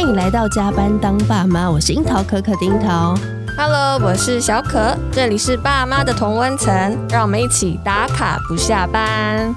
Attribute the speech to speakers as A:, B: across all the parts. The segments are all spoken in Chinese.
A: 迎来到加班当爸妈，我是樱桃可可丁桃。
B: Hello，我是小可，这里是爸妈的同温层，让我们一起打卡不下班。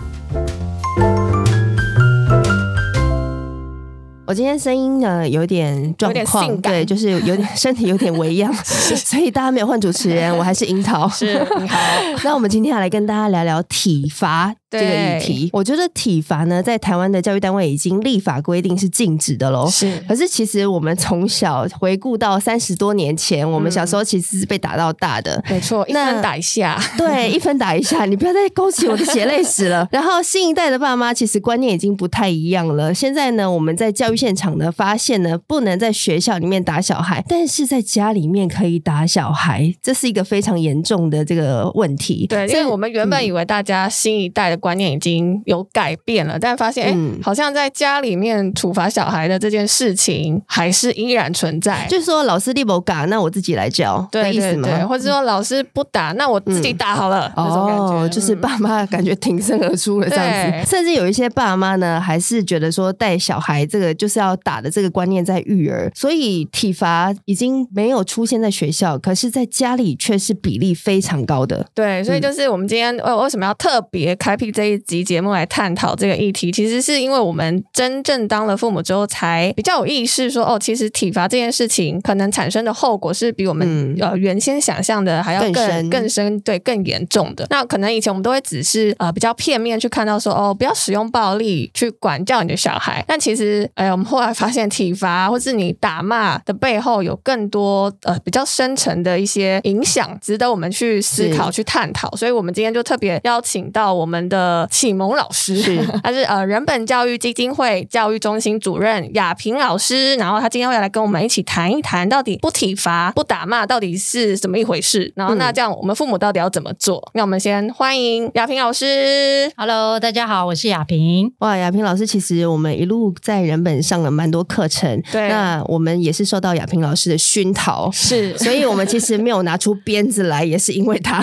A: 我今天声音呢有点状
B: 有点
A: 况，
B: 性感
A: 对，就是有点 身体有点微 恙，所以大家没有换主持人，我还是樱桃。
B: 是，你好，
A: 那我们今天要来跟大家聊聊体罚这个议题。我觉得体罚呢，在台湾的教育单位已经立法规定是禁止的喽。
B: 是
A: 可是其实我们从小回顾到三十多年前，我们小时候其实是被打到大的。
B: 没错，一
A: 那
B: 分打一下，
A: 对，一分打一下，你不要再勾起我的血泪史 了。然后新一代的爸妈其实观念已经不太一样了。现在呢，我们在教育现场呢，发现呢，不能在学校里面打小孩，但是在家里面可以打小孩，这是一个非常严重的这个问题。
B: 对，因
A: 所以
B: 为我们原本以为大家新一代的观念已经有改变了，但发现哎、诶
A: 嗯
B: 好像在家里面处罚小孩的这件事情还是依然存在。
A: 就是说老师力不嘎，那我自己来教的
B: 对
A: 意思
B: 对
A: 吗？嗯
B: 对，或者说老师不打，那我自己打好了，那种感觉，
A: 哦，就是
B: 嗯
A: 爸妈感觉挺身而出了这样
B: 对
A: 子，甚至有一些爸妈呢，还是觉得说带小孩这个就是要打的这个观念在育儿，所以体罚已经没有出现在学校，可是在家里却是比例非常高的。
B: 对，所以
A: 嗯
B: 就是我们今天呃为什么要特别开辟这一集节目来探讨这个议题，其实是因为我们真正当了父母之后，才比较有意识说，哦，其实体罚这件事情可能产生的后果是比我们、
A: 嗯
B: 呃原先想象的还要
A: 更
B: 更
A: 深
B: 更深，对，更严重的。那可能以前我们都会只是呃比较片面去看到说，哦，不要使用暴力去管教你的小孩，但其实哎、我们后来发现体罚或是你打骂的背后有更多呃比较深层的一些影响，值得我们去思
A: 是
B: 考、去探讨。所以我们今天就特别邀请到我们的启蒙老师，
A: 是
B: 他是呃人本教育基金会教育中心主任亚平老师，然后他今天会来跟我们一起谈一谈，到底不体罚、不打骂到底是怎么一回事？然后那
A: 嗯
B: 这样我们父母到底要怎么做？那我们先欢迎亚平老师。
C: Hello，大家好，我是亚萍。
A: 哇，亚萍老师，其实我们一路在人本上了蛮多课程，
B: 对
A: 那我们也是受到亚萍老师的熏陶，
B: 是
A: 所以我们其实没有拿出鞭子来，也是因为他。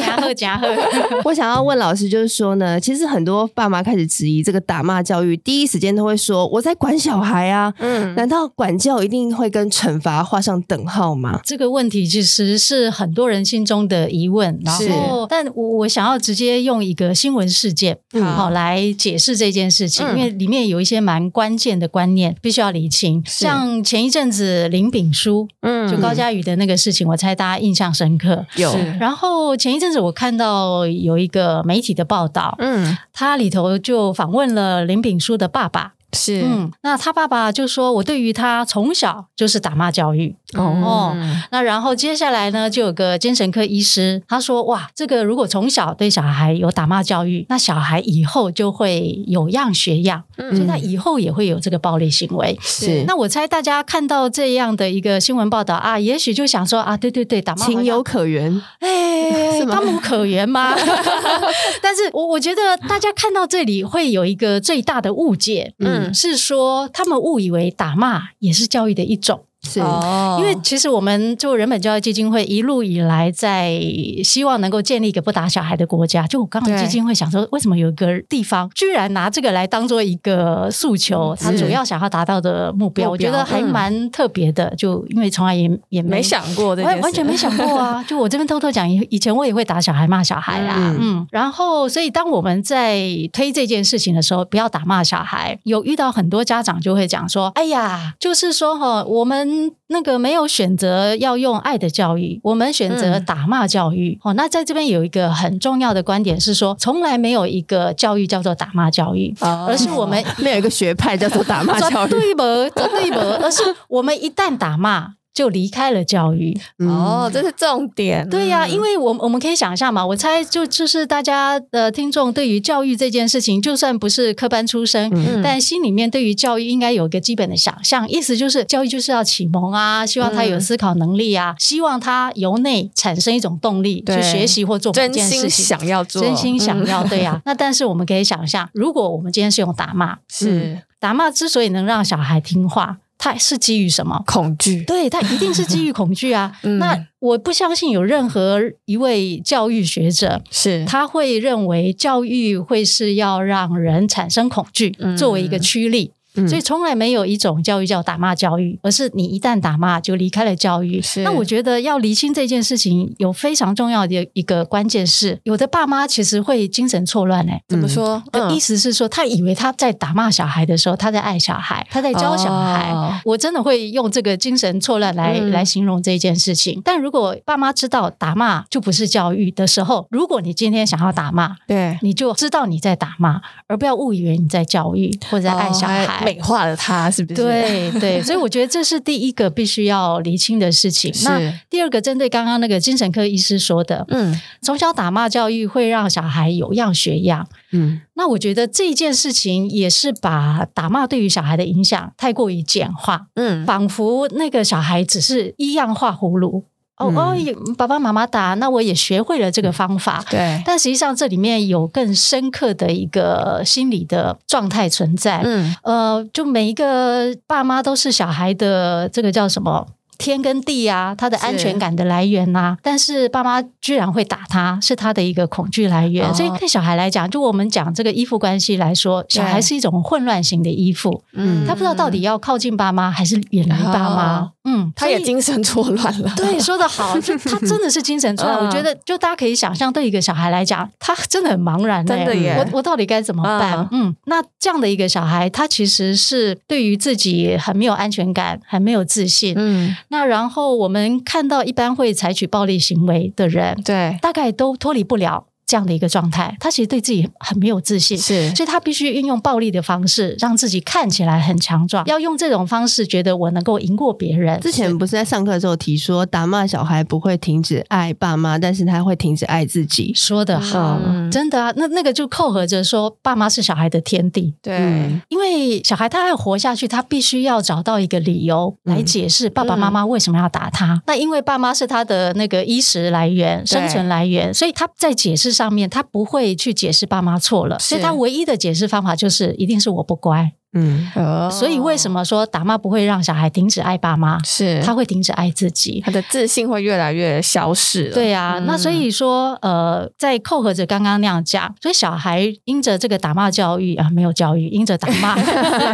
C: 加贺加贺，
A: 我想要问老师，就是说呢，其实很多爸妈开始质疑这个打骂教育，第一时间都会说我在管小孩啊，
B: 嗯，
A: 难道管教一定会跟惩罚画上等号吗？
C: 这个问题其实是很多人心中的疑问。然
A: 是
C: 后，但我我想要直接用一个新闻事件
A: 嗯
C: 好来解释这件事情，
B: 嗯
C: 因为里面有一些蛮关键的观念必须要理清。像前一阵子林炳书
B: 嗯
C: 就高佳宇的那个事情，我猜大家印象深刻。
A: 有
B: 是
C: 然后前一阵子我看到有一个媒体的报道，
B: 嗯
C: 它里头就访问了林炳书的爸爸，
B: 是
C: 嗯，那他爸爸就说：“我对于他从小就是打骂教育。
A: 哦
B: 嗯
C: 那然后接下来呢，就有个精神科医师，他说：“哇，这个如果从小对小孩有打骂教育，那小孩以后就会有样学样，
B: 嗯
C: 所以他以后也会有这个暴力行为。
A: 是
C: 那我猜大家看到这样的一个新闻报道啊，也许就想说啊，对对对，打骂好像
A: 情有可原，
C: 哎
A: 是，吗
C: 当无可原 吗？ 但是我我觉得大家看到这里会有一个最大的误解，
A: 嗯
B: 嗯
C: 是说他们误以为打骂也是教育的一种。
A: 是
B: 哦
C: 因为其实我们就人本教育基金会一路以来在希望能够建立一个不打小孩的国家，就我刚刚
B: 对
C: 基金会想说，为什么有一个地方居然拿这个来当做一个诉
B: 嗯
C: 求，
A: 是
C: 它主要想要达到的目
A: 目标
C: 标，我觉得还蛮特别的。就因为从来也也
B: 没想过这件
C: 完
B: 事
C: 完全没想 过啊！就我这边偷偷讲，以以前我也会打小孩、骂小孩啊，
A: 嗯
C: 嗯然后所以当我们在推这件事情的时候，不要打骂小孩。有遇到很多家长就会讲说：“哎呀，就是说哈，我们那个没有选择要用爱的教育，我们选择
B: 嗯
C: 打骂教育。哦，那在这边有一个很重要的观点是说，从来没有一个教育叫做打骂教育，
B: 哦
C: 而是我们
A: 没有一个学派叫做打骂教
C: 绝
A: 育。
C: 对不，绝对不，而是我们一旦打骂。就离开了教育，
A: 嗯，
B: 哦，这是重点。
C: 对呀、
B: 嗯
C: 因为我们我们可以想象嘛，我猜就就是大家的听众对于教育这件事情，就算不是科班出身。
A: 嗯
C: 但心里面对于教育应该有一个基本的想象，意思就是教育就是要启蒙啊，希望他有
B: 嗯
C: 思考能力啊，希望他由内产生一种动力
B: 对
C: 去学习或做某
B: 真
C: 件事
B: 心
C: 情，
B: 想要做，嗯
C: 真心想要，对呀、那但是我们可以想象，如果我们今天是用打骂，
B: 是
C: 打骂之所以能让小孩听话，它是基于什么？
B: 恐惧。。
C: 对他一定是基于恐惧啊
B: 嗯
C: 那我不相信有任何一位教育学者，
B: 是
C: 他会认为教育会是要让人产生恐惧，
B: 嗯
C: 作为一个驱力。
B: 嗯
C: 所以从来没有一种教育叫打骂教育，而是你一旦打骂就离开了教育。
B: 是
C: 那我觉得要厘清这件事情，有非常重要的一个关键是，有的爸妈其实会精神错乱哎、
B: 怎么说？
C: 的
B: 嗯
C: 意思是说，他以为他在打骂小孩的时候，他在爱小孩，他在教小孩。
B: 哦
C: 我真的会用这个精神错乱来、
B: 嗯
C: 来形容这件事情。但如果爸妈知道打骂就不是教育的时候，如果你今天想要打骂，
B: 对，
C: 你就知道你在打骂，而不要误以为你在教育或者在爱小
B: 哦还
C: 孩。
B: 美化了他，是不是？
C: 对对，所以我觉得这是第一个必须要厘清的事情。
B: 是
C: 那第二个，针对刚刚那个精神科医师说的，
B: 嗯
C: 从小打骂教育会让小孩有样学样。
B: 嗯，
C: 那我觉得这件事情也是把打骂对于小孩的影响太过于简化，
B: 嗯，
C: 仿佛那个小孩只是一样画葫芦。哦、
B: 嗯
C: 哦也，爸爸妈妈打，那我也学会了这个方法。
B: 对，
C: 但实际上，这里面有更深刻的一个心理的状态存在。
B: 嗯
C: 呃，就每一个爸妈都是小孩的这个叫什么？天跟地啊，他的安全感的来源呐、但是爸妈居然会打他，是他的一个恐惧来源。
B: 哦
C: 所以对小孩来讲，就我们讲这个依附关系来说，小孩是一种混乱型的依附，
B: 嗯，
C: 他不知道到底要靠近爸妈还是远离爸妈。
B: 哦
C: 嗯，
B: 他也
C: 所以
B: 精神错乱了，
C: 对，说的好，就他真的是精神错乱。
B: 嗯
C: 我觉得，就大家可以想象，对一个小孩来讲，他真的很茫然、欸，
B: 真的耶
C: 我我到底该怎么办？嗯那这样的一个小孩，他其实是对于自己很没有安全感，很没有自信。
B: 嗯，
C: 那然后我们看到一般会采取暴力行为的人，
B: 对，
C: 大概都脱离不了这样的一个状态。他其实对自己很没有自信，
B: 是
C: 所以他必须运用暴力的方式，让自己看起来很强壮。要用这种方式，觉得我能够赢过别人。
A: 之前不是在上课的时候提说，打骂小孩不会停止爱爸妈，但是他会停止爱自己。
C: 说的好，
B: 嗯
C: 真的啊，那那个就扣合着说，爸妈是小孩的天地，
B: 对
A: 嗯，
C: 因为小孩他要活下去，他必须要找到一个理由
B: 嗯
C: 来解释爸爸妈妈为什么要打他。那因为爸妈是他的那个衣食来源、生存来源，所以他在解释上面，他不会去解释爸妈错了，
B: 是
C: 所以他唯一的解释方法就是一定是我不乖。
A: 嗯，
B: 哦
C: 所以为什
B: 么
C: 么说打骂不会让小孩停止爱爸妈，
B: 是
C: 他会停止爱自己？
B: 他的自信会越来越消逝了？
C: 对啊，
B: 嗯
C: 那所以说，呃，在扣合着刚刚那样讲，所以小孩因着这个打骂教育啊，没有教育，因着打骂，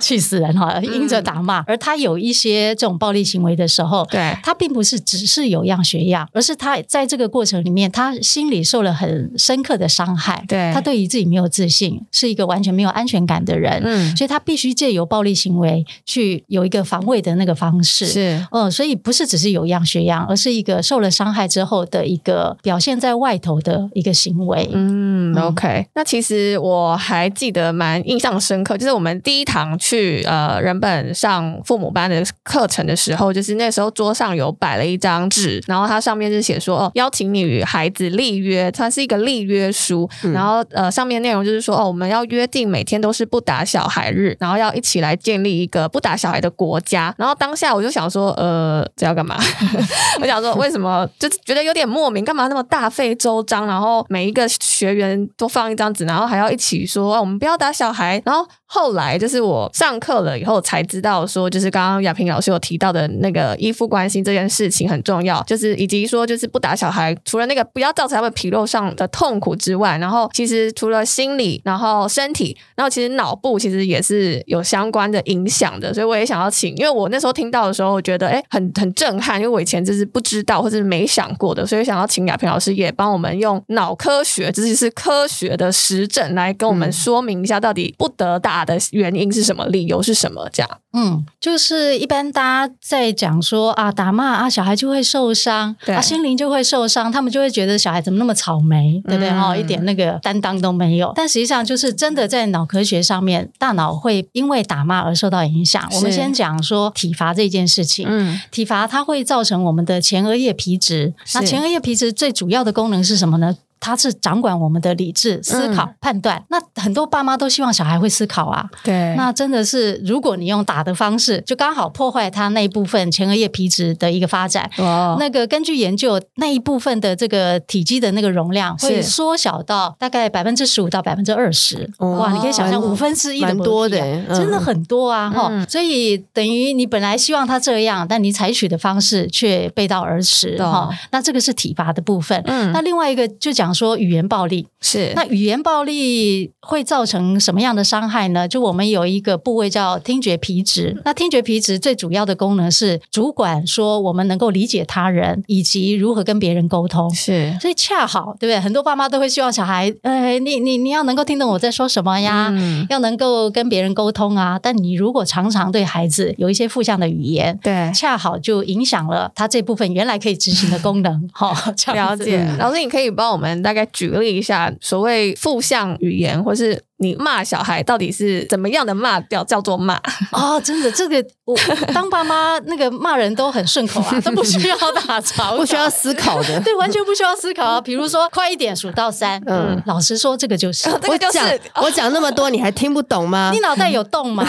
C: 气死人哈！因着打骂，而他有一些这种暴力行为的时候。
B: 嗯对，
C: 他并不是只是有样学样，而是他在这个过程里面，他心里受了很深刻的伤害。
B: 对
C: 他对于自己没有自信，是一个完全没有安全感的人，
B: 嗯，
C: 所以他必须借由暴力行为去有一个防卫的那个方式。
B: 是
C: 嗯，所以不是只是有样学样，而是一个受了伤害之后的一个表现在外头的一个行为。
B: 嗯
C: 嗯
B: ，OK。那其实我还记得蛮印象深刻，就是我们第一堂去呃人本上父母班的课程的时候，就是那时候桌上有摆了一张纸，然后它上面就写说哦，邀请你与孩子立约，它是一个立约书，
A: 嗯
B: 然后呃上面内容就是说哦，我们要约定每天都是不打小孩日，然后要一起来建立一个不打小孩的国家。然后当下我就想说，呃，这要干嘛？ 我想说，为什么就是觉得有点莫名，干嘛那么大费周章？然后每一个学员都放一张纸，然后还要一起说、啊我们不要打小孩。然后后来就是我上课了以后才知道，说就是刚刚亚萍老师有提到的那个依附关系这件事情很重要，就是以及说就是不打小孩，除了那个不要造成他们皮肉上的痛苦之外，然后其实除了心理，然后身体，然后其实脑部其实也是有相关的影响的，所以我也想要请，因为我那时候听到的时候，我觉得哎、诶很很震撼，因为我以前就是不知道或者是没想过的，所以想要请亚萍老师也帮我们用脑科学，这就是科学的实证来跟我们说明一下，到底不得打的原因是什么，理由是什么，这样
C: 嗯，就是一般大家在讲说啊，打骂啊，小孩就会受伤，
B: 对
C: 啊，心灵就会受伤，他们就会觉得小孩怎么那么草莓，对不对？
B: 嗯
C: 哦，一点那个担当都没有。但实际上，就是真的在脑科学上面，大脑会因为打骂而受到影响。我们
B: 是
C: 先讲说体罚这件事情，
B: 嗯，
C: 体罚它会造成我们的前额叶皮质。
B: 是
C: 那前额叶皮质最主要的功能是什么呢？它是掌管我们的
B: 嗯
C: 理智、思考、判断。那很多爸妈都希望小孩会思考啊。
B: 对
C: 那真的是，如果你用打的方式，就刚好破坏他那一部分前额叶皮质的一个发展。
A: 哦
B: 哇哦
C: 那个根据研究，那一部分的这个体积的那个容量会
B: 是
C: 缩小到大概百分之十五到百分之二十。
A: 哦
C: 哇，你可以想象
A: 蛮
C: 五分之一的
A: 蛮
C: 摩
A: 多
C: 力
A: 的
C: 啊
A: 欸，
C: 真的
A: 嗯
C: 很多啊！哈、
B: 嗯
C: 所以等于你本来希望他这样，但你采取的方式却背道而驰
B: 懂
C: 哈。那这个是体罚的部分。
B: 嗯
C: 那另外一个就讲讲说语言暴力。
B: 是
C: 那语言暴力会造成什么样的伤害呢？就我们有一个部位叫听觉皮
B: 嗯
C: 质，那听觉皮质最主要的功能是主管说我们能够理解他人，以及如何跟别人沟通。
B: 是
C: 所以恰好，对不对？很多爸妈都会希望小孩，呃，你你你要能够听懂我在说什么呀，
B: 嗯，
C: 要能够跟别人沟通啊。但你如果常常对孩子有一些负向的语言，
B: 对，
C: 恰好就影响了他这部分原来可以执行的功能。 好、这样
B: 了
C: 子
B: 解
A: 嗯。
B: 老师，你可以帮我们大概举例一下所谓负向语言，或是你骂小孩到底是怎么样的骂掉叫做骂？
C: 哦，真的，这个我当爸妈那个骂人都很顺口 啊，都不需要打草稿，
A: 不需要思考 的。
C: 对，完全不需要思考啊。比如说，快一点数到三。
A: 嗯
C: 嗯，老实说，这个就是。
B: 哦
C: 啊
B: 这个
A: 我
B: 就是嗯
A: 讲我讲那么多，你还听不懂吗
C: 你？脑袋有 洞吗？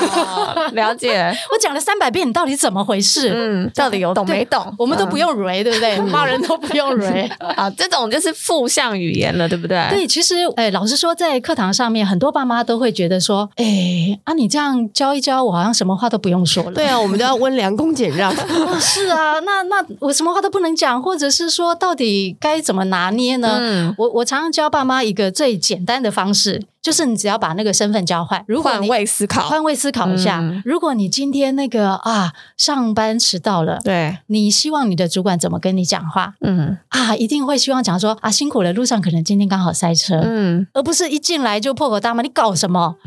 C: 哦
B: 了解，
C: 我讲了三百遍，你到底怎么回事？
B: 嗯，到底有懂
C: 对
B: 没懂？
C: 我们都不用蕊，对不对？骂人都不 用蕊。
B: 啊，这种就是负向语言了，对不对？
C: 对，其实，哎，老实说，在课堂上面，很多爸妈都会觉得说，哎，啊，你这样教一教，我好像什么话都不用说了。
A: 对啊，我们都要温良恭俭 让。
C: 哦，是啊，那那我什么话都不能讲，或者是说，到底该怎么拿捏呢？
B: 嗯，
C: 我我常常教爸妈一个最简单的方式，就是你只要把那个身份交换，如果
B: 换
C: 你
B: 位思考，
C: 换位思考一下，
B: 嗯
C: 如果你今天那个啊上班迟到了。
B: 对，
C: 你希望你的主管怎么跟你讲话
B: 嗯
C: 啊？一定会希望讲说啊，辛苦了，路上可能今天刚好塞车，
B: 嗯，
C: 而不是一进来就破口大骂，你搞什么？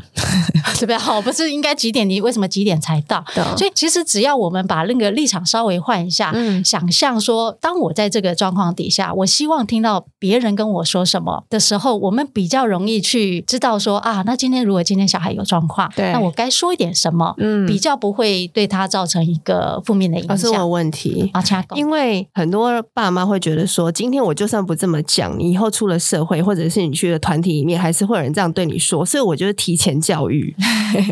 C: 对不对？好，不是应该几点？你为什么几点才到？
B: 懂，
C: 所以其实只要我们把那个立场稍微换一下，
B: 嗯
C: 想象说，当我在这个状况底下，我希望听到别人跟我说什么的时候，我们比较容易去知道说啊，那今天如果今天小孩有状况，
B: 对
C: 那我该说一点什么，
B: 嗯
C: 比较不会对他造成一个负面的
A: 老
C: 影
A: 哦师，我有
C: 响。
A: 问题。
C: 啊，掐狗，
A: 因为很多爸妈会觉得说，今天我就算不这么讲，你以后出了社会，或者是你去了团体里面，还是会有人这样对你说。所以我就是提前教育，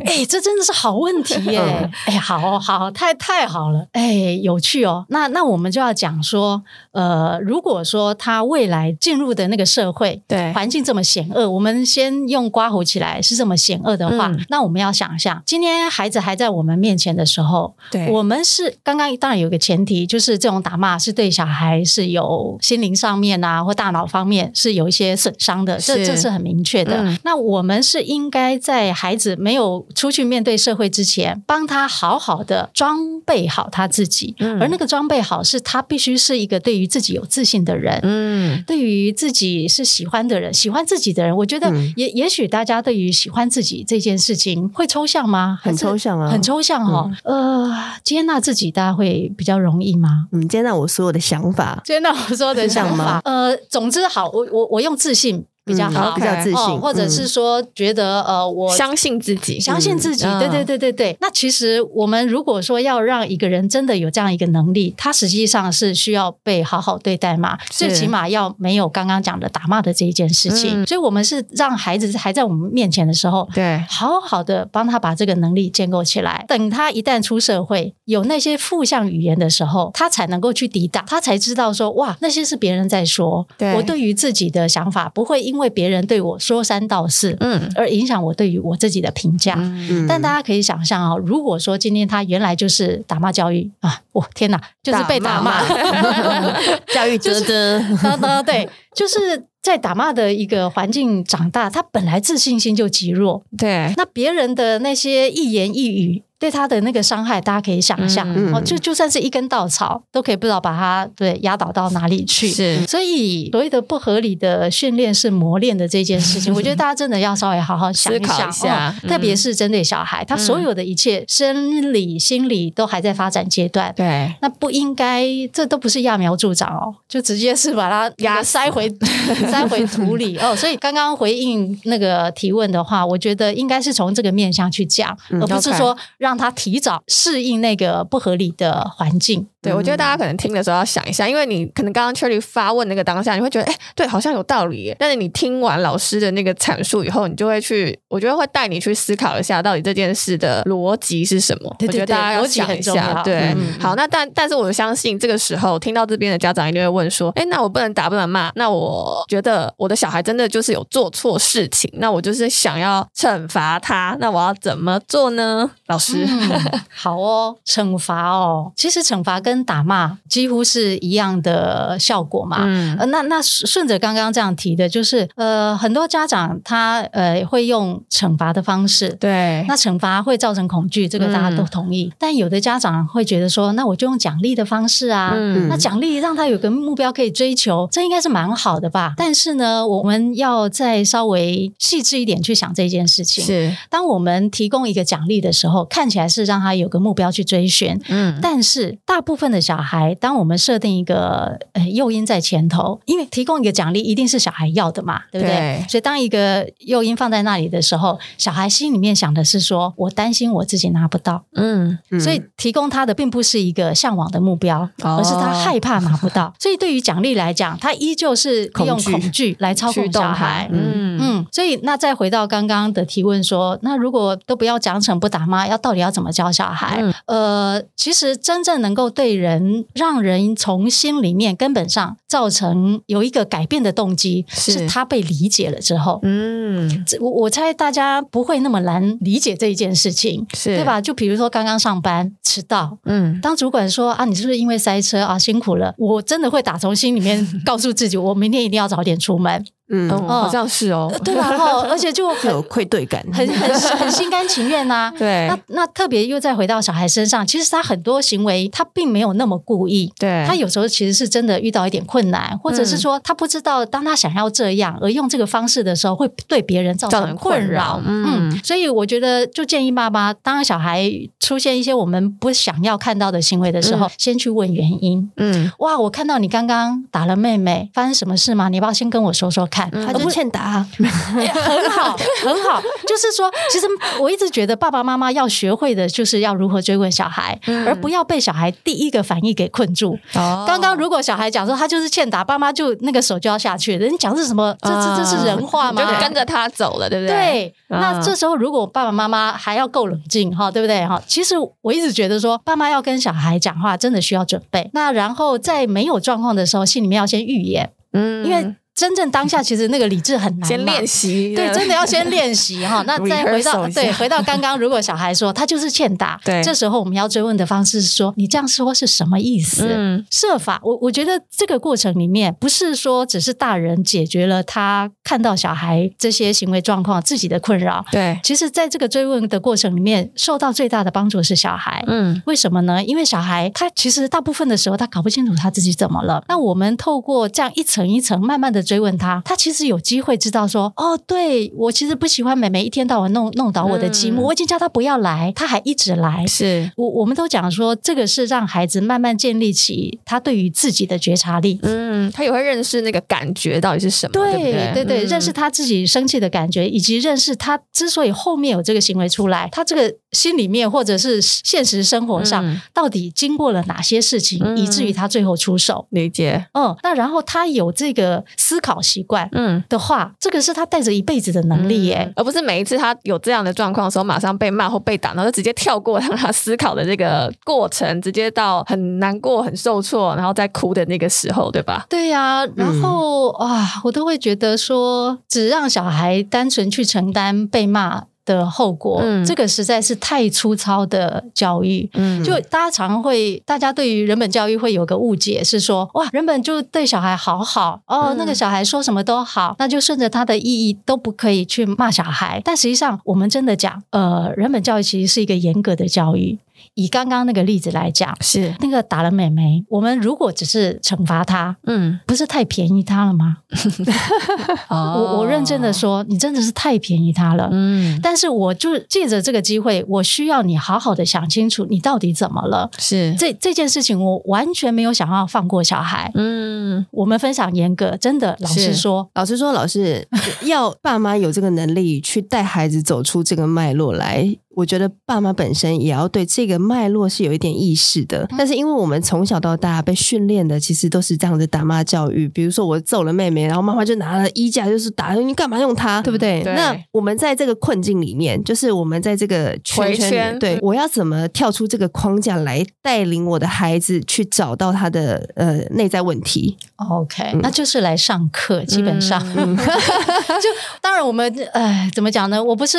C: 哎、这真的是好问题耶！哎
A: 嗯、
C: 好好，太太好了，哎、有趣哦。那那我们就要讲说，呃，如果说他未来进入的那个社会，
B: 对
C: 环境这么险恶，我们先用刮胡起来是这么险恶的话，
B: 嗯
C: 那我们要想象，今天孩子还在我们面前的时候，
B: 对，
C: 我们是刚刚当然有一个前提，就是这种打骂是对小孩是有心灵上面啊或大脑方面是有一些损伤的，这
B: 是
C: 这是很明确的。
B: 嗯
C: 那我们是应该在孩子没有出去面对社会之前，帮他好好的装备好他自己，
B: 嗯
C: 而那个装备好是他必须是一个对于自己有自信的人。
B: 嗯
C: 对于自己是喜欢的人，喜欢自己的人，我觉得
A: 嗯
C: 也、也许大家对于喜欢自己这件事情会抽象吗？
A: 很
C: 还是
A: 抽象啊
C: 很抽象哦。呃，接纳自己，大家会比较容易吗？
A: 嗯，接纳我所有的想法，
C: 接纳我说 的
A: 想
C: 想
A: 吗
C: 法，呃，总之好，我我我用自信比较
A: 嗯
C: 好，
A: 比较自信，
C: 哦，或者
A: 嗯
C: 是说觉得呃，我
B: 相信自己，
C: 相信自己，
B: 嗯
C: 对对对对对。那其实我们如果说要让一个人真的有这样一个能力，他实际上是需要被好好对待嘛，最起码要没有刚刚讲的打骂的这一件事情。
B: 嗯
C: 所以，我们是让孩子还在我们面前的时候。
B: 对，
C: 好好的帮他把这个能力建构起来，等他一旦出社会，有那些负向语言的时候，他才能够去抵挡，他才知道说，哇，那些是别人在说，
B: 对
C: 我对于自己的想法不会因为别人对我说三道四，
B: 嗯
C: 而影响我对于我自己的评价。
B: 嗯，
A: 嗯，
C: 但大家可以想象哦，如果说今天他原来就是打骂教育啊，我天哪，就是被打骂，
A: 教育真的，
C: 哒哒对，就是在打骂的一个环境长大，他本来自信心就极弱，
B: 对，
C: 那别人的那些一言一语对他的那个伤害，大家可以想象、
A: 嗯
C: 哦，就就算是一根稻草，都可以不知道把他对压倒到哪里去。
B: 是
C: 所以，所谓的不合理的训练是磨练的这件事 情，我觉得大家真的要稍微好好想
B: 思考
C: 想，
B: 一下嗯
C: 哦特别是针对小孩，他所有的一切生理、心理都还在发展阶段。
B: 对，
C: 那不应该，这都不是揠苗助长哦，就直接是把它
B: 压
C: 压 塞回塞回土里 哦。所以刚刚回应那个提问的话，我觉得应该是从这个面向去讲，而不是
B: OK
C: 说让他提早适应那个不合理的环境。
B: 对，我觉得大
C: 嗯
B: 家可能听的时候要想一下，因为你可能刚刚 Cherry 发问那个当下，你会觉得，哎、对，好像有道理耶。但是你听完老师的那个阐述以后，你就会去，我觉得会带你去思考一下，到底这件事的逻辑是什么。
C: 对对
B: 我觉得大家要
C: 对逻辑
B: 想
C: 很
B: 一
C: 重
B: 下。
C: 要
B: 对，
C: 嗯
B: 好，那但但是我相信这个时候听到这边的家长一定会问说，哎、那我不能打不能骂，那我觉得我的小孩真的就是有做错事情，那我就是想要惩罚他，那我要怎么做呢？老师，师。
C: 嗯好哦，惩罚哦，其实惩罚跟打骂几乎是一样的效果嘛。
B: 嗯
C: 呃，那那顺顺着刚刚这样提的，就是呃，很多家长他呃会用惩罚的方式，
B: 对，
C: 那惩罚会造成恐惧，这个大家都
B: 嗯
C: 同意。但有的家长会觉得说，那我就用奖励的方式啊，
B: 嗯
C: 那奖励让他有个目标可以追求，这应该是蛮好的吧？但是呢，我们要再稍微细致一点去想这件事情。
B: 是，
C: 当我们提供一个奖励的时候，看起来是让他有个目标去追寻，
B: 嗯，
C: 但是大部分的小孩，当我们设定一个呃诱因在前头，因为提供一个奖励一定是小孩要的嘛，对不对？
B: 对
C: 所以当一个诱因放在那里的时候，小孩心里面想的是说，我担心我自己拿不到，
B: 嗯，
A: 嗯
C: 所以提供他的并不是一个向往的目标，
B: 哦
C: 而是他害怕拿不 到。所以对于奖励来讲，他依旧是利用
A: 恐惧
C: 恐惧来操
B: 驱
C: 控
B: 哦动
C: 小
B: 他
C: 孩。
B: 嗯嗯
C: 嗯，所以那再回到刚刚的提问说，那如果都不要奖惩不打骂，要到底要怎么教小孩？呃，其实真正能够对人让人从心里面根本上造成有一个改变的动机，
B: 是
C: 是他被理解了之后。
B: 嗯，
C: 这我我猜大家不会那么难理解这一件事情，
B: 是，
C: 对？吧？就比如说刚刚上班迟到，
B: 嗯，
C: 当主管说啊，你是不是因为塞车啊辛苦了？我真的会打从心里面告诉自己，我明天一定要早点出 门，
A: 嗯，
B: 嗯，好像是哦，
C: 对吧？哦，而且就
A: 会
C: 很
A: 有愧对感，
C: 很很很心甘情愿呐、
B: 对
C: 那那特别又再回到小孩身上，其实他很多行为他并没有那么故意。
B: 对，
C: 他有时候其实是真的遇到一点困难，或者是说他不知道，当他想要这样而用这个方式的时候，会对别人造
B: 造
C: 成
B: 成
C: 困
B: 困
C: 扰
B: 扰。
C: 嗯
B: 嗯
C: 所以我觉得就建议爸妈，当小孩出现一些我们不想要看到的行为的时候，先去问原因。
B: 嗯，
C: 哇，我看到你刚刚打了妹妹，发生什么事吗？你要不要先跟我说说看？
A: 他就欠打，
C: 很好，很好。就是说，其实我一直觉得爸爸妈妈要学会的就是要如何追问小孩，而不要被小孩第一个反应给困住。
B: 嗯哦
C: 刚刚如果小孩讲说他就是欠打，爸妈就那个手就要下去了。人讲是什么？这这这是人话吗？
B: 哦就跟着他走了，对不对？啊
C: 对，那这时候如果爸爸妈妈还要够冷静哈，对不对哈？其实我一直觉得说，爸妈要跟小孩讲话，真的需要准备。那然后在没有状况的时候，心里面要先预演，
B: 嗯
C: 因为真正当下其实那个理智很难嘛，
B: 先练习，
C: 对，真的要先练 习哈。那再回到
B: Rehearsal 一下
C: 对，回到刚刚，如果小孩说他就是欠打，
B: 对
C: 这时候我们要追问的方式是说，你这样说是什么意思？
B: 嗯
C: 设法，我我觉得这个过程里面，不是说只是大人解决了他看到小孩这些行为状况自己的困扰，
B: 对，
C: 其实在这个追问的过程里面，受到最大的帮助是小孩。
B: 嗯
C: 为什么呢？因为小孩他其实大部分的时候他搞不清楚他自己怎么了。那我们透过这样一层一层慢慢的追问他，他其实有机会知道说，哦，对我其实不喜欢妹妹一天到晚弄弄倒我的积木，
B: 嗯
C: 我已经叫她不要来，她还一直来。
B: 是，
C: 我我们都讲说，这个是让孩子慢慢建立起他对于自己的觉察力。
B: 嗯，他也会认识那个感觉到底是什么，对嗯不
C: 对嗯对对，认识他自己生气的感觉，以及认识他之所以后面有这个行为出来，他这个心里面或者是现实生活上、
B: 嗯
C: 到底经过了哪些事情，
B: 嗯
C: 以至于他最后出手。
B: 理解，
C: 嗯，那然后他有这个思考习惯
B: 嗯。
C: 的话，这个是他带着一辈子的能力耶。
B: 而不是每一次他有这样的状况的时候，马上被骂或被打，然后就直接跳过让他思考的这个过程，直接到很难过、很受挫，然后再哭的那个时候，对吧？嗯
C: 对呀、然后啊，我都会觉得说，只让小孩单纯去承担被骂的后果，
B: 嗯
C: 这个实在是太粗糙的教育。
B: 嗯
C: 就大家常会，大家对于人本教育会有个误解，是说哇，人本就对小孩好好哦，
B: 嗯
C: 那个小孩说什么都好，那就顺着他的意义都不可以去骂小孩。但实际上，我们真的讲，呃，人本教育其实是一个严格的教育。以刚刚那个例子来讲，
B: 是，
C: 那个打了美眉，我们如果只是惩罚她，
B: 嗯，
C: 不是太便宜她了吗？我
B: 我
C: 我认真的，说，你真的是太便宜她了。
B: 哦嗯，
C: 但是我就借着这个机会，我需要你好好的想清楚，你到底怎么了？
B: 是，
C: 这这件事情，我完全没有想要放过小孩。
B: 嗯，
C: 我们分享严格，真的，老实
B: 是
C: 说，
A: 老师说，老师要爸妈有这个能力去带孩子走出这个脉络来。我觉得爸妈本身也要对这个脉络是有一点意识的，但是因为我们从小到大被训练的，其实都是这样的打骂教育。比如说我揍了妹妹，然后妈妈就拿了衣架，就是打你干嘛用它，对不对？
B: 对
A: 那我们在这个困境里面，就是我们在这个圈圈
B: 回
A: 里面
B: 圈
A: 对我要怎么跳出这个框架来带领我的孩子去找到他的呃内在问题？
C: OK，、那嗯就是来上课，基本上、
B: 嗯
C: 就当然我们呃怎么讲呢？我不是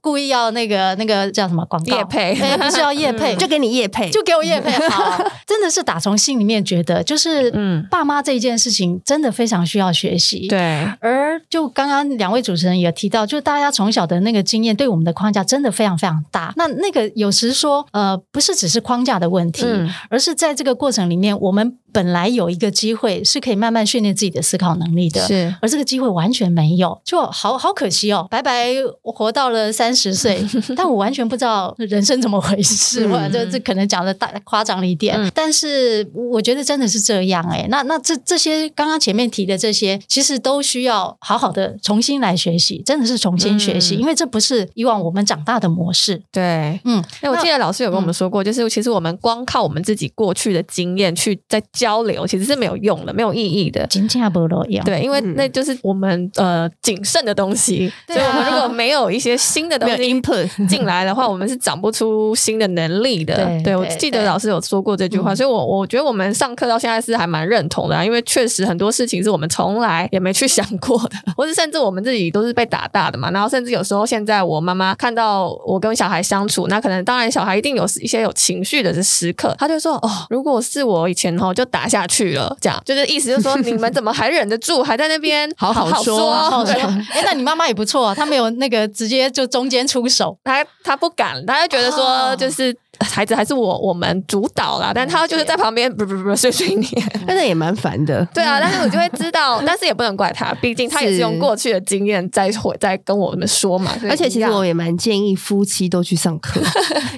C: 故意要那个那个叫什么广告
B: 业配嗯
C: 哎不是要业配，
A: 就
C: 就
A: 给你叶配，
C: 就给 我业配好。真的是打从心里面觉得，就是
B: 嗯
C: 爸妈这一件事情真的非常需要学习。。
B: 对，
C: 而就刚刚两位主持人也提到，就是大家从小的那个经验对我们的框架真的非常非常大。那那个有时说，呃，不是只是框架的问题，
B: 嗯
C: 而是在这个过程里面，我们本来有一个机会是可以慢慢训练自己的思考能力的。
B: 是
C: 而这个机会完全没有，就好好可惜哦，白白活到了三 十岁，但我完全不知道人生怎么回事，
A: 嗯
C: 我这这可能讲的大夸张了一点，
B: 嗯
C: 但是我觉得真的是这样哎、那那这这些刚刚前面提的这些，其实都需要好好的重新来学习，真的是重新学习，
B: 嗯
C: 因为这不是以往我们长大的模式，
B: 对，
C: 嗯，
B: 哎，我
C: 那
B: 记得老师有跟我们说过，就是其实我们光靠我们自己过去的经验去在交流，其实是没有用的，没有意义的。
C: 金价不落样。
B: 对，因为
A: 嗯
B: 那就是我们呃谨慎的东西，
C: 对
B: 所以我
C: 啊
B: 们如果没有一些新的东
A: 没有
B: 西
A: input
B: 进来的话，我们是长不出新的能力的。
C: 对
B: 我
C: 对
B: 记得
C: 对
B: 老师有说过这句话，
C: 嗯
B: 所以我我觉得我们上课到现在是还蛮认同的、啊，因为确实很多事情是我们从来也没去想过的， 或是甚至我们自己都是被打大的嘛。然后甚至有时候现在我妈妈看到我跟小孩相处，那可能当然小孩一定有一些有情绪的时刻，她就说：“哦，如果是我以前哦就打下去了。”这样就是意思就是说你们怎么还忍得住，还在那 边
A: 好好
B: 好
A: 说
C: 然后
B: 说啊
C: 说，
B: 对
C: 哎，那你妈妈也不错啊，她没有那个直接就中间出手，
B: 他他不敢，他就觉得说
C: 哦
B: 就是。孩子还是我我们主导啦，但他就是在旁边不不不碎碎念，
A: 但是也蛮烦的。
B: 对啊，但是我就会知道，但是也不能怪他，毕竟他也是
A: 是
B: 用过去的经验在回在跟我们说嘛。所以
A: 而且其实
B: 一样
A: 我也蛮建议夫妻都去上 课，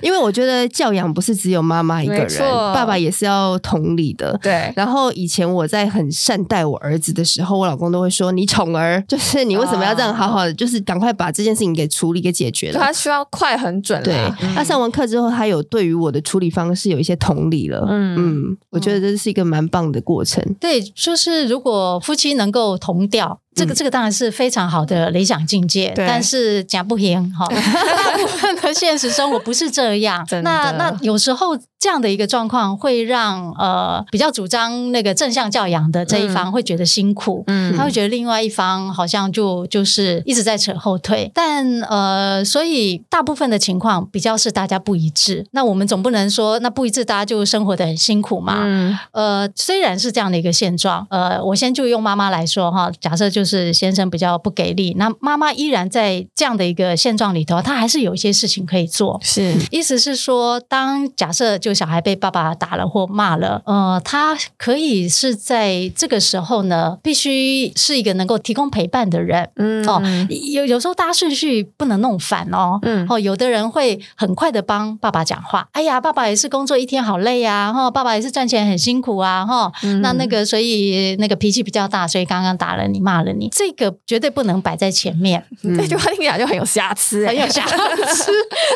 A: 因为我觉得教养不是只有妈妈一个
B: 没
A: 人，
B: 错
A: 爸爸也是要同理的。
B: 对
A: 然后以前我在很善待我儿子的时候，我老公都会说：“你宠儿， 就是你为什么要这样好好
B: 啊
A: 的，就是赶快把这件事情给处理、给解决
B: 就
A: 了。
B: 他需要快很准”
A: 对
B: 啦，，
A: 他上完课之后，他有对于我的处理方式有一些同理了。
B: 嗯
A: 嗯我觉得这是一个蛮棒的过程。
C: 对，就是如果夫妻能够同调，这个、
A: 嗯
C: 这个当然是非常好的理想境界，
B: 对
C: 但是讲不 赢哈。大部分的现实生活不是这样
B: 真。的
C: 那那有时候这样的一个状况会让呃比较主张那个正向教养的这一方会觉得辛苦。
B: 嗯
C: 他会觉得另外一方好像就就是一直在扯后腿，但呃，所以大部分的情况比较是大家不一致。那我们总不能说那不一致，大家就生活的很辛苦嘛。
B: 嗯
C: 呃，虽然是这样的一个现状，呃，我先就用妈妈来说哈，假设就是先生比较不给力，那妈妈依然在这样的一个现状里头，她还是有一些事情可以做。
B: 是
C: 意思是说，当假设就小孩被爸爸打了或骂了，呃，他可以是在这个时候呢，必须是一个能够提供陪伴的人，
B: 嗯
C: 哦有有时候大家顺序不能弄反哦。
B: 嗯
C: 哦，有的人会很快的帮爸爸讲话。哎呀，爸爸也是工作一天好累呀、啊，哈、爸爸也是赚钱很辛苦啊，哈、
A: 嗯
C: 那那个所以那个脾气比较大，所以刚刚打了你骂了你，这个绝对不能摆在前面，
A: 嗯
B: 这句话听起来就很有瑕疵，欸
C: 很有瑕疵。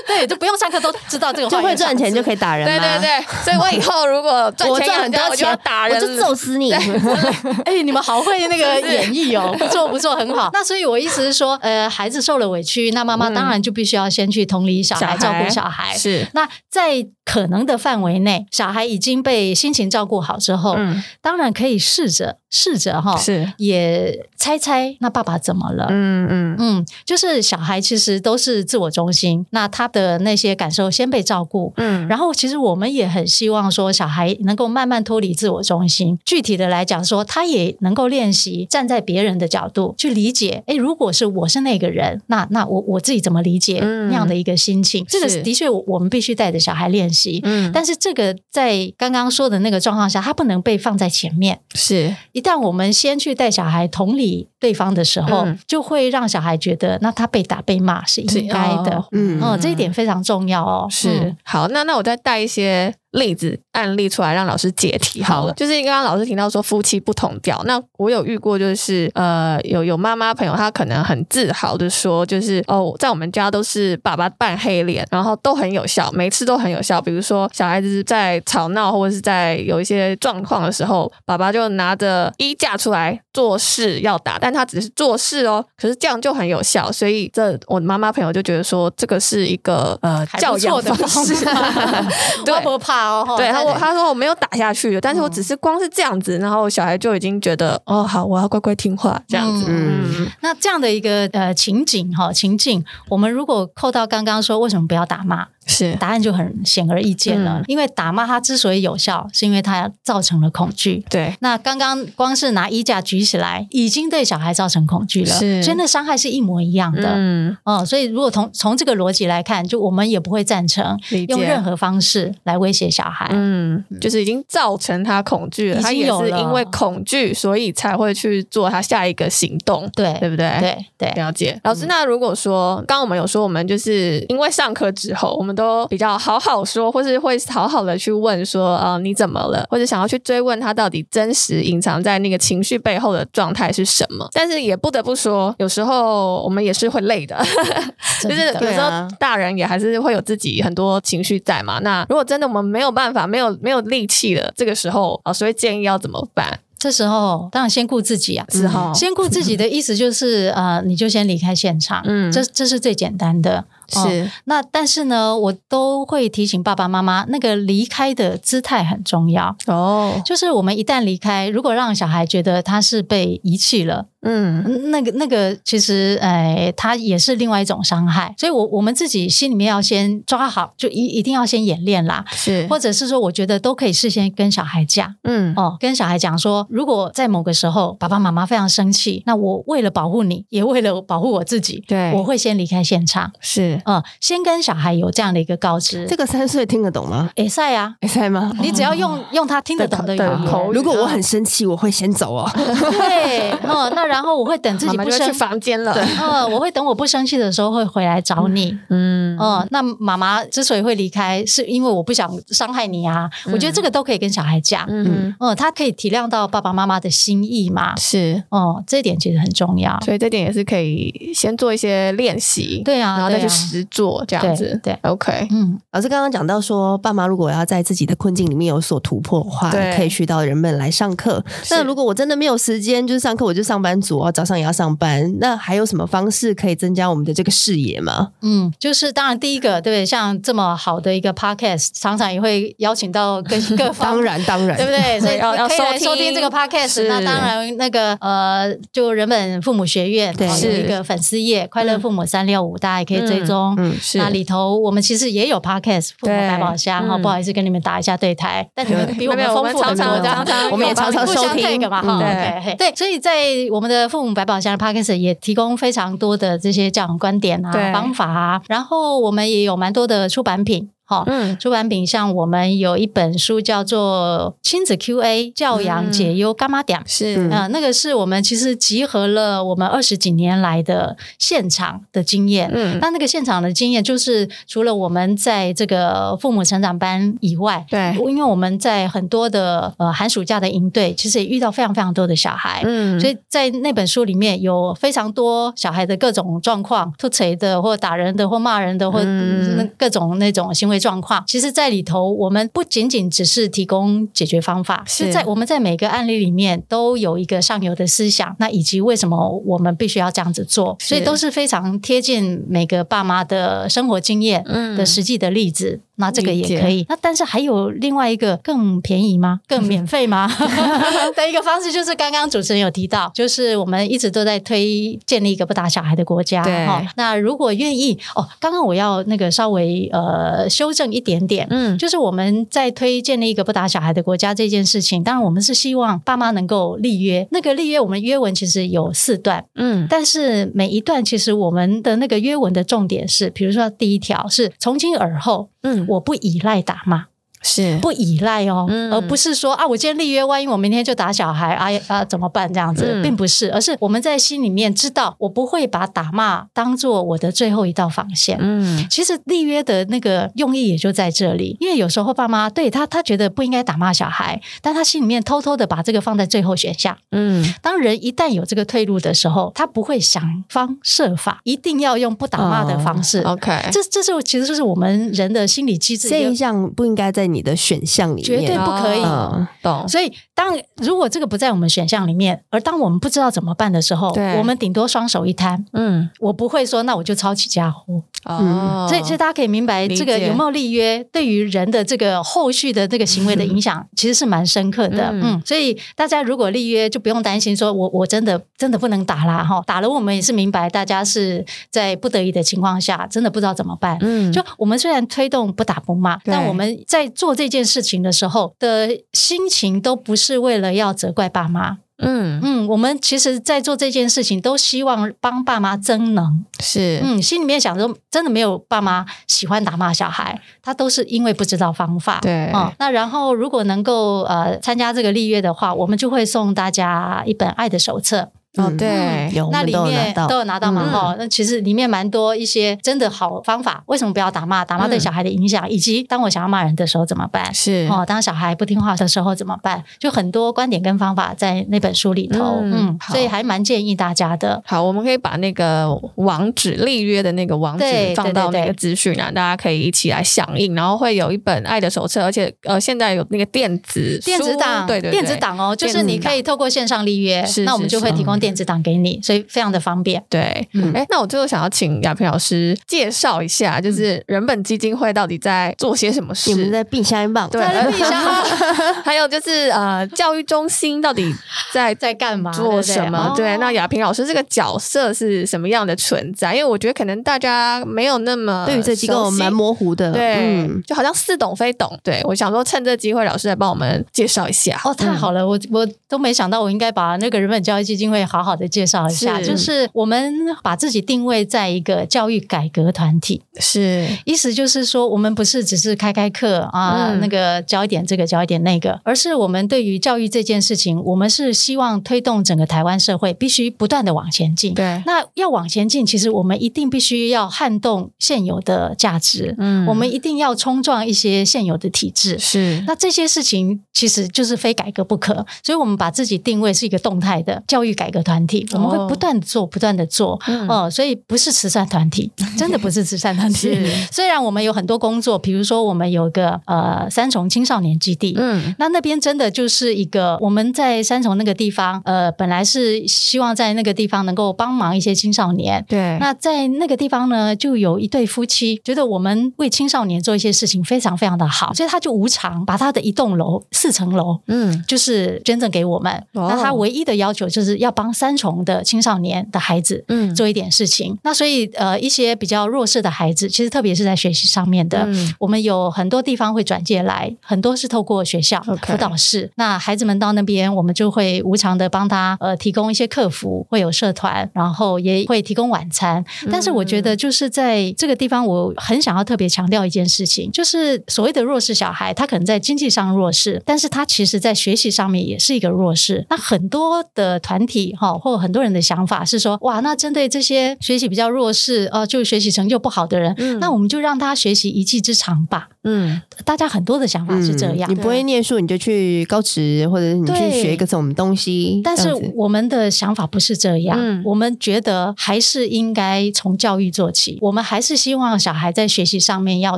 C: 对，就不用上课都知道这个话
A: 就会赚钱就可
C: 以。
A: 以打人
B: 对
A: 吗
B: 对，对，所以我以后如 果赚
A: 我
B: 钱
A: 赚很
B: 养家
A: 多
B: 我就要
A: 钱，
B: 打人，
A: 我就揍死你。
C: 哎、你们好会那个演绎哦，不错不错，很好。那所以我意思是说，呃，孩子受了委屈，那妈妈
A: 嗯
C: 当然就必须要先去同理小
B: 小
C: 孩，照
B: 孩
C: 顾小 孩。
B: 是
C: 那在可能的范围内，小孩已经被心情照顾好之后，
B: 嗯
C: 当然可以试着试着哈，
B: 是
C: 也猜猜那爸爸怎么了。嗯
B: 嗯嗯
C: 就是小孩其实都是自我中心，那他的那些感受先被照顾。
B: 嗯，
C: 然后，其实我们也很希望说，小孩能够慢慢脱离自我中心。具体的来讲说，他也能够练习站在别人的角度去理解。诶，如果是我是那个人，那那我我自己怎么理解
B: 嗯
C: 那样的一个心情？这个
B: 是
C: 的确，我我们必须带着小孩练习。
B: 嗯
C: 但是这个在刚刚说的那个状况下，他不能被放在前面。
B: 是
C: 一旦我们先去带小孩同理对方的时候，
B: 嗯
C: 就会让小孩觉得，那他被打被骂是
B: 是
C: 应该的。
B: 哦
A: 嗯
C: 嗯，这一点非常重要哦。
B: 是、
C: 嗯
B: 好，那那我再带一些例子案例出来，让老师解题好了。
A: 好
B: 就是刚刚老师提到说夫妻不同调，那我有遇过，就是呃，有有妈妈朋友，她可能很自豪的说，就是哦，在我们家都是爸爸扮黑脸，然后都很有效，每次都很有效。比如说小孩子在吵闹或者是在有一些状况的时候，爸爸就拿着衣架出来做事要打，但他只是做事哦，可是这样就很有效。所以这我妈妈朋友就觉得说，这个是一个呃
C: 还
B: 教
C: 不
B: 养
C: 错的
B: 方式。
C: 方
B: 对
C: 我不怕嗯哦。吼
B: 对，
C: 那
B: 他我他说我没有打下去，但是我只是光是这样子，然后小孩就已经觉得哦好，我要乖乖听话这样子。
A: 嗯
B: 嗯，
C: 那这样的一个呃情景哈情境，我们如果扣到刚刚说为什么不要打骂，
B: 是
C: 答案就很显而易见了。
B: 嗯
C: 因为打骂它之所以有效，是因为它造成了恐惧。
B: 对，
C: 那刚刚光是拿衣架举起来，已经对小孩造成恐惧了，
B: 是
C: 所以那伤害是一模一样的。
B: 嗯，
C: 哦，所以如果从从这个逻辑来看，就我们也不会赞成
B: 理解
C: 用任何方式来威胁小孩。
B: 嗯，就是已经造成他恐惧了，
C: 已
B: 他
C: 经
B: 也
C: 有
B: 是
C: 了
B: 因为恐惧，所以才会去做他下一个行动，
C: 对
B: 对不对？。
C: 对对，
B: 了解，嗯老师。那如果说，刚刚我们有说，我们就是因为上课之后，我们都比较好好说，或是会好好的去问说，呃，你怎么了？或者想要去追问他到底真实隐藏在那个情绪背后的状态是什么。 但是也不得不说，有时候我们也是会累的，
C: 真
B: 就
C: 的
B: 是有时
A: 对
B: 候
A: 啊
B: 大人也还是会有自己很多情绪在嘛。那如果真的我们没有办法，没有没有力气了，这个时候老师会建议要怎么办？哦
C: 这时候当然先顾自己啊，
B: 之后
C: 先顾自己的意思就是， 呃，你就先离开现场，
B: 嗯
C: 这这是最简单的。哦
B: 是
C: 那但是呢，我都会提醒爸爸妈妈，那个离开的姿态很重要。
B: 哦，
C: 就是我们一旦离开，如果让小孩觉得他是被遗弃了，
B: 嗯，
C: 嗯那个那个其实，哎，他也是另外一种伤害。所以我，我们自己心里面要先抓好，就一一定要先演练啦，
B: 是
C: 或者是说，我觉得都可以事先跟小孩讲。
B: 嗯
C: 哦，跟小孩讲说，如果在某个时候爸爸妈妈非常生气，那我为了保护你，也为了保护我自己，
B: 对
C: 我会先离开现场。
B: 是
C: 嗯，先跟小孩有这样的一个告知，
A: 这个三岁听得懂吗？
C: 哎赛啊，
A: 哎塞
B: 哦
A: 吗？
C: 你只要 用、用他听得懂的语
B: 的
C: 言，
B: 口
A: 如果我很生气，我会先走哦。
C: 对，哦，那然后我会等自
B: 妈
C: 己
B: 妈
C: 不
B: 就去
C: 生，
B: 房间了。
C: 呃，我会等我不生气的时候会回来找你。
B: 嗯，
C: 嗯，那妈妈之所以会离开，是因为我不想伤害你啊。我觉得这个都可以跟小孩讲，
B: 嗯，
C: 嗯，他可以体谅到爸爸妈妈的心意嘛。
B: 是，
C: 哦，这一点其实很重要。
B: 所以这点也是可以先做一些练习，
C: 对啊
B: 然后再
C: 对
B: 去
C: 啊
B: 实做这样子，
C: 对对
B: ，OK，
C: 嗯，
A: 老师刚刚讲到说，爸妈如果要在自己的困境里面有所突破的话，
B: 对
A: 可以去到人们来上课。
B: 是
A: 那如果我真的没有时间，就是上课，我就上班族哦，早上也要上班。那还有什么方式可以增加我们的这个视野吗？
C: 嗯，就是当然第一个，对不对？像这么好的一个 podcast，常常也会邀请到各 各方
A: 当。然，当然，
C: 对 不对？所以
B: 要要
C: 可以来
B: 收
C: 收
B: 听
C: 听这个
B: 是
C: podcast。那当然，那个呃，就人本父母学院
A: 对
C: 哦有
B: 是
C: 一个粉丝页“快乐父母三六五”，大家也可以追踪。
A: 嗯嗯
B: 是
C: 那里头我们其实也有 podcast，父母
B: 对
C: 百宝箱哈，
B: 嗯
C: 不好意思跟你们打一下 对台，但你们比我
B: 没
C: 们
B: 有我
C: 丰
B: 们
C: 富很
B: 常
C: 多
B: 常
A: 我们
B: 常常
A: 我们也
B: 有
A: 常
B: 帮你
A: 常
B: 互
A: 收
B: 相
A: 听
C: 那个嘛
A: 嗯
C: 哈。
B: 对
C: OK，嘿对，所以在我们的父母百宝箱的 podcast 也提供非常多的这些教养观点啊
B: 对、
C: 方法啊，然后我们也有蛮多的出版品。哈。
B: 嗯，
C: 出版品像我们有一本书叫做《亲子 Q&A 教养解忧干妈点》。
B: 是
A: 嗯
C: 啊、那个是我们其实集合了我们二十几年来的现场的经验。
B: 嗯
C: 那那个现场的经验，就是除了我们在这个父母成长班以外，
B: 对
C: 因为我们在很多的呃寒暑假的营队，其实也遇到非常非常多的小孩，
B: 嗯，
C: 所
B: 以
C: 以在那本书里面有非常多小孩的各种状况，吐锤的或打人的或骂人的或
B: 嗯
C: 那各种那种行为状况。其实，在里头我们不仅仅只是提供解决方法，
B: 是
C: 是在我们在每个案例里面都有一个上游的思想，那以及为什么我们必须要这样子做，
B: 是
C: 所以都是非常贴近每个爸妈的生活经验
B: 嗯
C: 的实际的例子。那这个
B: 理解
C: 也可以。那但是还有另外一个更便宜吗？更免 费吗？ 的一个方式就是刚刚主持人有提到，就是我们一直都在推建立一个不打小孩的国家。
B: 对
C: 哈那如果愿意哦，刚刚我要那个稍微呃修正一点点。
B: 嗯
C: 就是我们在推建立一个不打小孩的国家这件事情，当然我们是希望爸妈能够立约。那个立约，我们约文其实有四段，
B: 嗯
C: 但是每一段其实我们的那个约文的重点是，比如说第一条是从今而后，
B: 嗯，
C: 我不依赖打骂，
B: 是
C: 不依赖哦，
B: 嗯
C: 而不是说啊，我今天立约，万一我明天就打小孩，哎啊怎么办？这样子、
B: 嗯
C: 并不是，而是我们在心里面知道，我不会把打骂当做我的最后一道防线。
B: 嗯
C: 其实立约的那个用意也就在这里，因为有时候爸妈对他，他觉得不应该打骂小孩，但他心里面偷偷的把这个放在最后选项。
B: 嗯
C: 当人一旦有这个退路的时候，他不会想方设法，一定要用不打骂的方式。
B: 哦，OK，
C: 这这是其实就是我们人的心理机制。
A: 这一项不应该在你的选项里面，
C: 绝对不可以
A: 嗯
B: 懂？
C: 所以，当如果这个不在我们选项里面，而当我们不知道怎么办的时候
B: 对，
C: 我们顶多双手一摊。
B: 嗯，
C: 我不会说，那我就抄起家伙。
B: 哦，
C: 嗯所以，所以大家可以明白，
B: 理解
C: 这个有没有立约，对于人的这个后续的这个行为的影响，其实是蛮深刻的。
B: 嗯
C: 嗯所以大家如果立约，就不用担心说我我真的真的不能打啦哈，打了我们也是明白，大家是在不得已的情况下，真的不知道怎么办。
B: 嗯
C: 就我们虽然推动不打不骂，
B: 对
C: 但我们在做这件事情的时候的心情都不是为了要责怪爸妈。
B: 嗯
C: 嗯，我们其实，在做这件事情都希望帮爸妈增能。
B: 是
C: 嗯，心里面想说，真的没有爸妈喜欢打骂小孩，他都是因为不知道方法。
B: 对
C: 嗯，那然后如果能够呃参加这个立约的话，我们就会送大家一本爱的手册，
B: 哦
A: 嗯
B: 对，
A: 有我
C: 那
A: 们
C: 里
A: 都有拿
C: 面都
A: 到，
C: 有拿到嘛
B: 嗯
C: 哈、那其实里面蛮多一些真的好方法，为什么不要打骂？打骂对
B: 嗯
C: 小孩的影响，以及当我想要骂人的时候怎么办？
B: 是
C: 哦，当小孩不听话的时候怎么办？就很多观点跟方法在那本书里头，
B: 嗯
C: 嗯，所以
B: 好
C: 还蛮建议大家的。
B: 好，我们可以把那个网址立约的那个网址
C: 对
B: 放到
C: 对对
B: 那个资讯栏，大家可以一起来响应。然后会有一本爱的手册，而且呃，现在有那个电子
C: 电子
B: 书
C: 档，
B: 对对对
C: 电子档哦，就是你可以透过线上立约
B: 是，
C: 那我们
B: 是
C: 就会
B: 是
C: 提供电子档给你，所以非常的方便。
B: 对。
A: 嗯
B: 哎、那我最后想要请亚萍老师介绍一
C: 嗯
B: 下，就是人本基金会到底在做些什么事？
A: 你们在并相棒，
B: 对，
C: 在立项吗
B: 还有就是呃，教育中心到底在
C: 在干嘛？对
B: 做
C: 不
B: 什么？对，啊
C: 哦
B: 那亚萍老师这个角色是什么样的存在？因为我觉得可能大家没有那么
A: 对于这机构
B: 熟悉
A: 蛮模糊的，
B: 对，
A: 嗯
B: 就好像似懂非懂。对我想说，趁这机会，老师来帮我们介绍一下。嗯
C: 哦，太好了，我我都没想到，我应该把那个人本教育基金会好好的介绍一下。
B: 是
C: 就是我们把自己定位在一个教育改革团体，
B: 是
C: 意思就是说，我们不是只是开开课啊，
B: 嗯
C: 那个教一点这个，教一点那个，而是我们对于教育这件事情，我们是希望推动整个台湾社会必须不断的往前进。
B: 对，
C: 那要往前进，其实我们一定必须要撼动现有的价值，
B: 嗯
C: 我们一定要冲撞一些现有的体制。
B: 是
C: 那这些事情其实就是非改革不可，所以我们把自己定位是一个动态的教育改革团体，我们会不断的做，不断的做，
B: 哦嗯
C: 哦、所以不是慈善团体，真的不是慈善团体
B: 是。
C: 虽然我们有很多工作，比如说我们有个呃三重青少年基地，
B: 嗯
C: 那那边真的就是一个我们在三重那个地方，呃，本来是希望在那个地方能够帮忙一些青少年。
B: 对，
C: 那在那个地方呢，就有一对夫妻觉得我们为青少年做一些事情非常非常的好，所以他就无偿把他的一栋楼四层楼。
B: 嗯
C: 就是捐赠给我们，
B: 哦
C: 那他唯一的要求就是要帮三重的青少年的孩子
B: 嗯
C: 做一点事情。那所以呃，一些比较弱势的孩子，其实特别是在学习上面的，
B: 嗯
C: 我们有很多地方会转介来，很多是透过学校
B: OK
C: 辅导室。那孩子们到那边，我们就会无偿的帮他呃提供一些客服，会有社团，然后也会提供晚餐。
B: 嗯
C: 但是我觉得就是在这个地方，我很想要特别强调一件事情，就是所谓的弱势小孩，他可能在经济上弱势，但是他其实在学习上面也是一个弱势。那很多的团体哈，或者很多人的想法是说，哇，那针对这些学习比较弱势，呃，就学习成就不好的人，
B: 嗯
C: 那我们就让他学习一技之长吧。
B: 嗯
C: 大家很多的想法是这
A: 嗯
C: 样。
A: 你不会念书，你就去高职，或者是你去
C: 对
A: 学一个什么东西。
C: 但
A: 这
C: 是
A: 样子
C: 我们的想法不是这样，
B: 嗯
C: 我们觉得还是应该从教育做起。我们还是希望小孩在学习上面要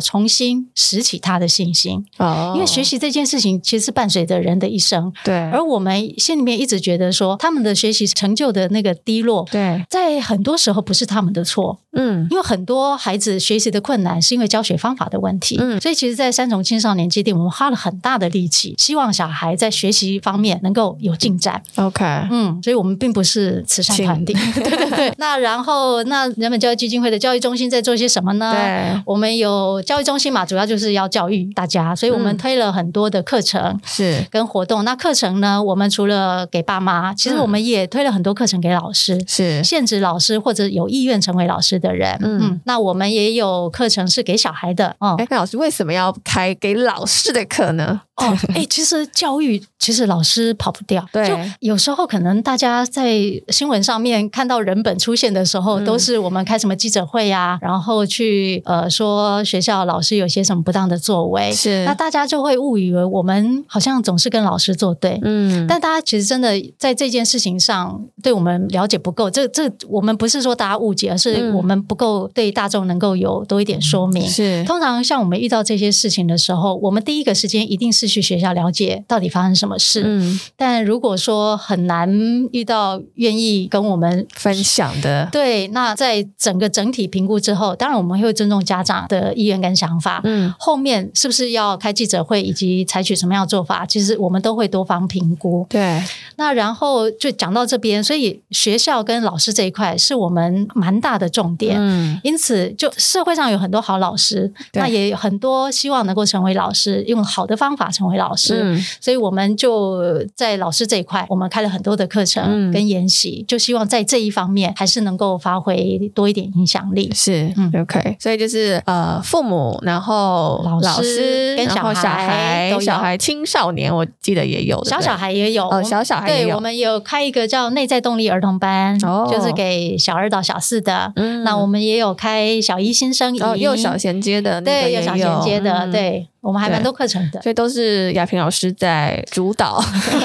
C: 重新拾起他的信心，
B: 哦
C: 因为学习这件事情其实是伴随着人的一生。
B: 对
C: 而我们心里面一直觉得说，他们的学习成就的那个低落，
B: 对
C: 在很多时候不是他们的错，
B: 嗯
C: 因为很多孩子学习的困难是因为教学方法的问题，
B: 嗯
C: 所以其实，在三重青少年基地，我们花了很大的力气，希望小孩在学习方面能够有进展。
B: OK
C: 嗯，所以我们并不是慈善团体， 对对对。那然后，那人本教育基金会的教育中心在做些什么呢？
B: 对
C: 我们有教育中心嘛，主要就是要教育大家，所以我们
B: 嗯
C: 推了很多的课程，
B: 是
C: 跟活动。那课程呢，我们除了给爸妈，其实
B: 嗯
C: 我们也推了很多课程给老师。
B: 是
C: 现职老师或者有意愿成为老师的人，
B: 嗯
C: 嗯那我们也有课程是给小孩的，哦、
B: 哎，那老师为什么要开给老师的课呢？
C: 哦，哎、其实教育其实老师跑不掉，
B: 对
C: 就有时候可能大家在新闻上面看到人本出现的时候，
B: 嗯
C: 都是我们开什么记者会呀、然后去呃说学校老师有些什么不当的作为，
B: 是
C: 那大家就会误以为我们好像总是跟老师作对，
B: 嗯
C: 但大家其实真的在这件事情上，上对我们了解不够。这这我们不是说大家误解，而是
B: 嗯
C: 我们不够对大众能够有多一点说明。
B: 是
C: 通常像我们遇到这些事情的时候，我们第一个时间一定是去学校了解到底发生什么事。
B: 嗯
C: 但如果说很难遇到愿意跟我们
B: 分享的，
C: 对，那在整个整体评估之后，当然我们会尊重家长的意愿跟想法。
B: 嗯
C: 后面是不是要开记者会，以及采取什么样的做法？其实我们都会多方评估。
B: 对，
C: 那然后就讲到这边，所以学校跟老师这一块是我们蛮大的重点。
B: 嗯
C: 因此，就社会上有很多好老师，
B: 对
C: 那也有很多希望能够成为老师，用好的方法成为老师。
B: 嗯
C: 所以我们就在老师这一块，我们开了很多的课
B: 嗯
C: 程跟研习，就希望在这一方面还是能够发挥多一点影响力。
B: 是
C: 嗯
B: OK，所以就是呃，父母，然后
C: 老师
B: 师，
C: 跟
B: 然后
C: 小
B: 小
C: 孩
B: 孩
C: 都，有
B: 小孩青少年，我记得也有对不
C: 小
B: 对
C: 小孩也有，
B: 哦
C: 我们
B: 小小孩也有
C: 对，我们有开一个叫内在动力儿童班，
B: 哦
C: 就是给小二到小四的。
B: 嗯
C: 那我们也有开小一新生营，
B: 哦幼小衔接的那个
C: 对
B: 也
C: 幼小衔接的，
B: 嗯。
C: 对我们还蛮
B: 对
C: 多课程的，
B: 所以都是亚萍老师在主导，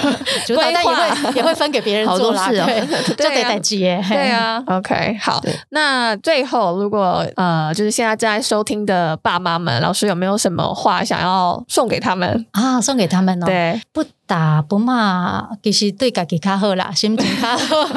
C: 主导但也
B: 规划
C: 会也会分给别人
A: 好多
C: 做啦，
A: 事哦
C: 对，
B: 对
C: 就
B: 啊
C: 得得接，嘿
B: 对啊，OK，好。那最后，如果呃，就是现在正在收听的爸妈们，老师有没有什么话想要送给他们？
C: 啊，送给他们哦。
B: 对，
C: 不打不骂，其实对自己较好啦， 心情较好。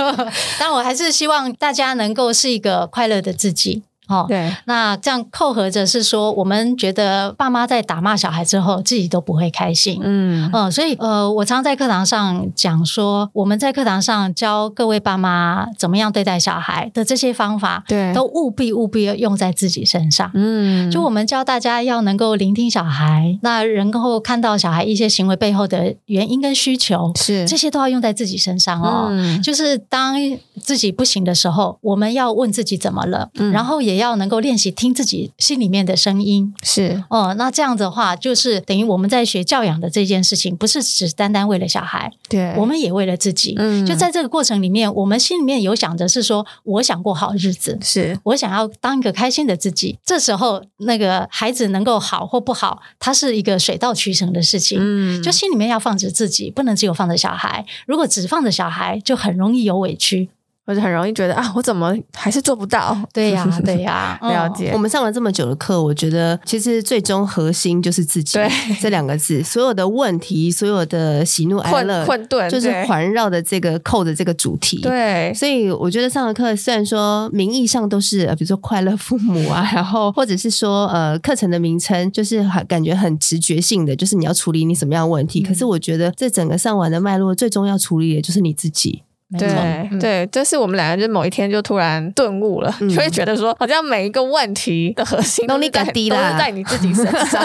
C: 但我还是希望大家能够是一个快乐的自己哦。
B: 对，
C: 那这样扣合着是说，我们觉得爸妈在打骂小孩之后，自己都不会开心。
B: 嗯，
C: 嗯，所以呃，我常在课堂上讲说，我们在课堂上教各位爸妈怎么样对待小孩的这些方法，
B: 对，
C: 都务必务必要用在自己身上。
B: 嗯，
C: 就我们教大家要能够聆听小孩，那能够看到小孩一些行为背后的原因跟需求，
B: 是
C: 这些都要用在自己身上哦。
B: 嗯
C: 就是当自己不行的时候，我们要问自己怎么了，
B: 嗯
C: 然后也要能够练习听自己心里面的声音。
B: 是
C: 哦、那这样子的话，就是等于我们在学教养的这件事情，不是只单单为了小孩，
B: 对，
C: 我们也为了自己。
B: 嗯
C: 就在这个过程里面，我们心里面有想着是说，我想过好日子，
B: 是
C: 我想要当一个开心的自己。这时候，那个孩子能够好或不好，它是一个水到渠成的事情。
B: 嗯
C: 就心里面要放着自己，不能只有放着小孩。如果只放着小孩，就很容易有委屈。
B: 我就很容易觉得啊，我怎么还是做不到？
C: 对 呀、对呀、嗯
B: 了解
A: 我们上了这么久的课，我觉得其实最终核心就是自己
B: 对
A: 这两个字，所有的问题，所有的喜怒哀
B: 困
A: 乐，
B: 困顿，
A: 就是
B: 对
A: 环绕的这个扣的这个主题。。
B: 对
A: 所以我觉得上的课虽然说名义上都是呃，比如说快乐父母啊， 然后或者是说呃课程的名称就是很感觉很直觉性的，就是你要处理你什么样的问题。
B: 嗯
A: 可是我觉得这整个上完的脉络，最终要处理的就是你自己。
C: 没错
B: 对、
C: 嗯
B: 对，这是我们两个就是某一天就突然顿悟了，
A: 嗯
B: 就会觉得说，好像每一个问题的核心都
A: 都
B: 是
A: 你
B: 在
A: 自己
B: 都
A: 啦
B: 是在你自己身上。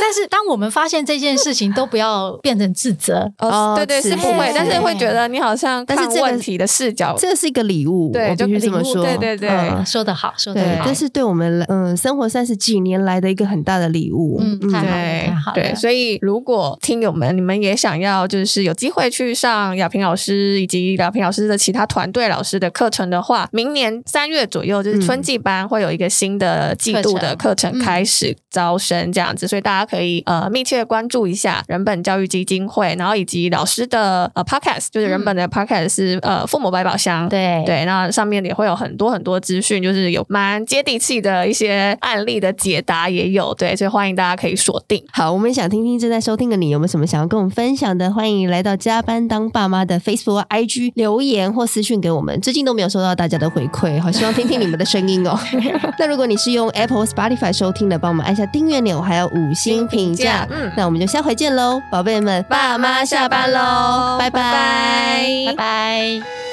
C: 但是，当我们发现这件事情，都不要变成自责。
B: 哦，
A: 哦
B: 对对，
A: 是
B: 是不会
C: 是，
B: 但是会觉得你好像
A: 但是
B: 看
A: 这个
B: 问题的视角，
A: 这是一个礼物，
B: 对
A: 我必须这么
B: 就
A: 说，
B: 礼物对对对
A: 嗯
C: 说得好，说得
A: 对，
C: 好
A: 这。是对我们嗯生活三十几年来的一个很大的礼物。
C: 嗯太好了
B: 对
C: 太好了
B: 对，所以如果听友们你们也想要就是有机会去上亚萍老师以及亚萍老师的其他团队老师的课程的话，明年三月左右就是春季班会有一个新的季度的课程
C: 课程
B: 开始招生这样子，所以大家可以呃密切关注一下人本教育基金会，然后以及老师的呃 podcast，就是人本的 podcast 是呃父母百宝箱。
C: 对
B: 对，那上面也会有很多很多资讯，就是有蛮接地气的一些案例的解答也有，对，所以欢迎大家可以锁定。
A: 好，我们想听听正在收听的你有没有什么想要跟我们分享的？欢迎来到加班当爸妈的 Facebook、IG 留言或私讯给我们。最近都没有收到大家的回馈，好希望听听你们的声音哦。 那如果你是用 Apple、Spotify 收听的，帮我们按下订阅钮，还有五星评价。
B: 嗯
A: 那我们就下回见喽，宝贝们，
B: 爸妈下班喽
A: 拜
B: 拜拜
A: 拜
C: 拜拜。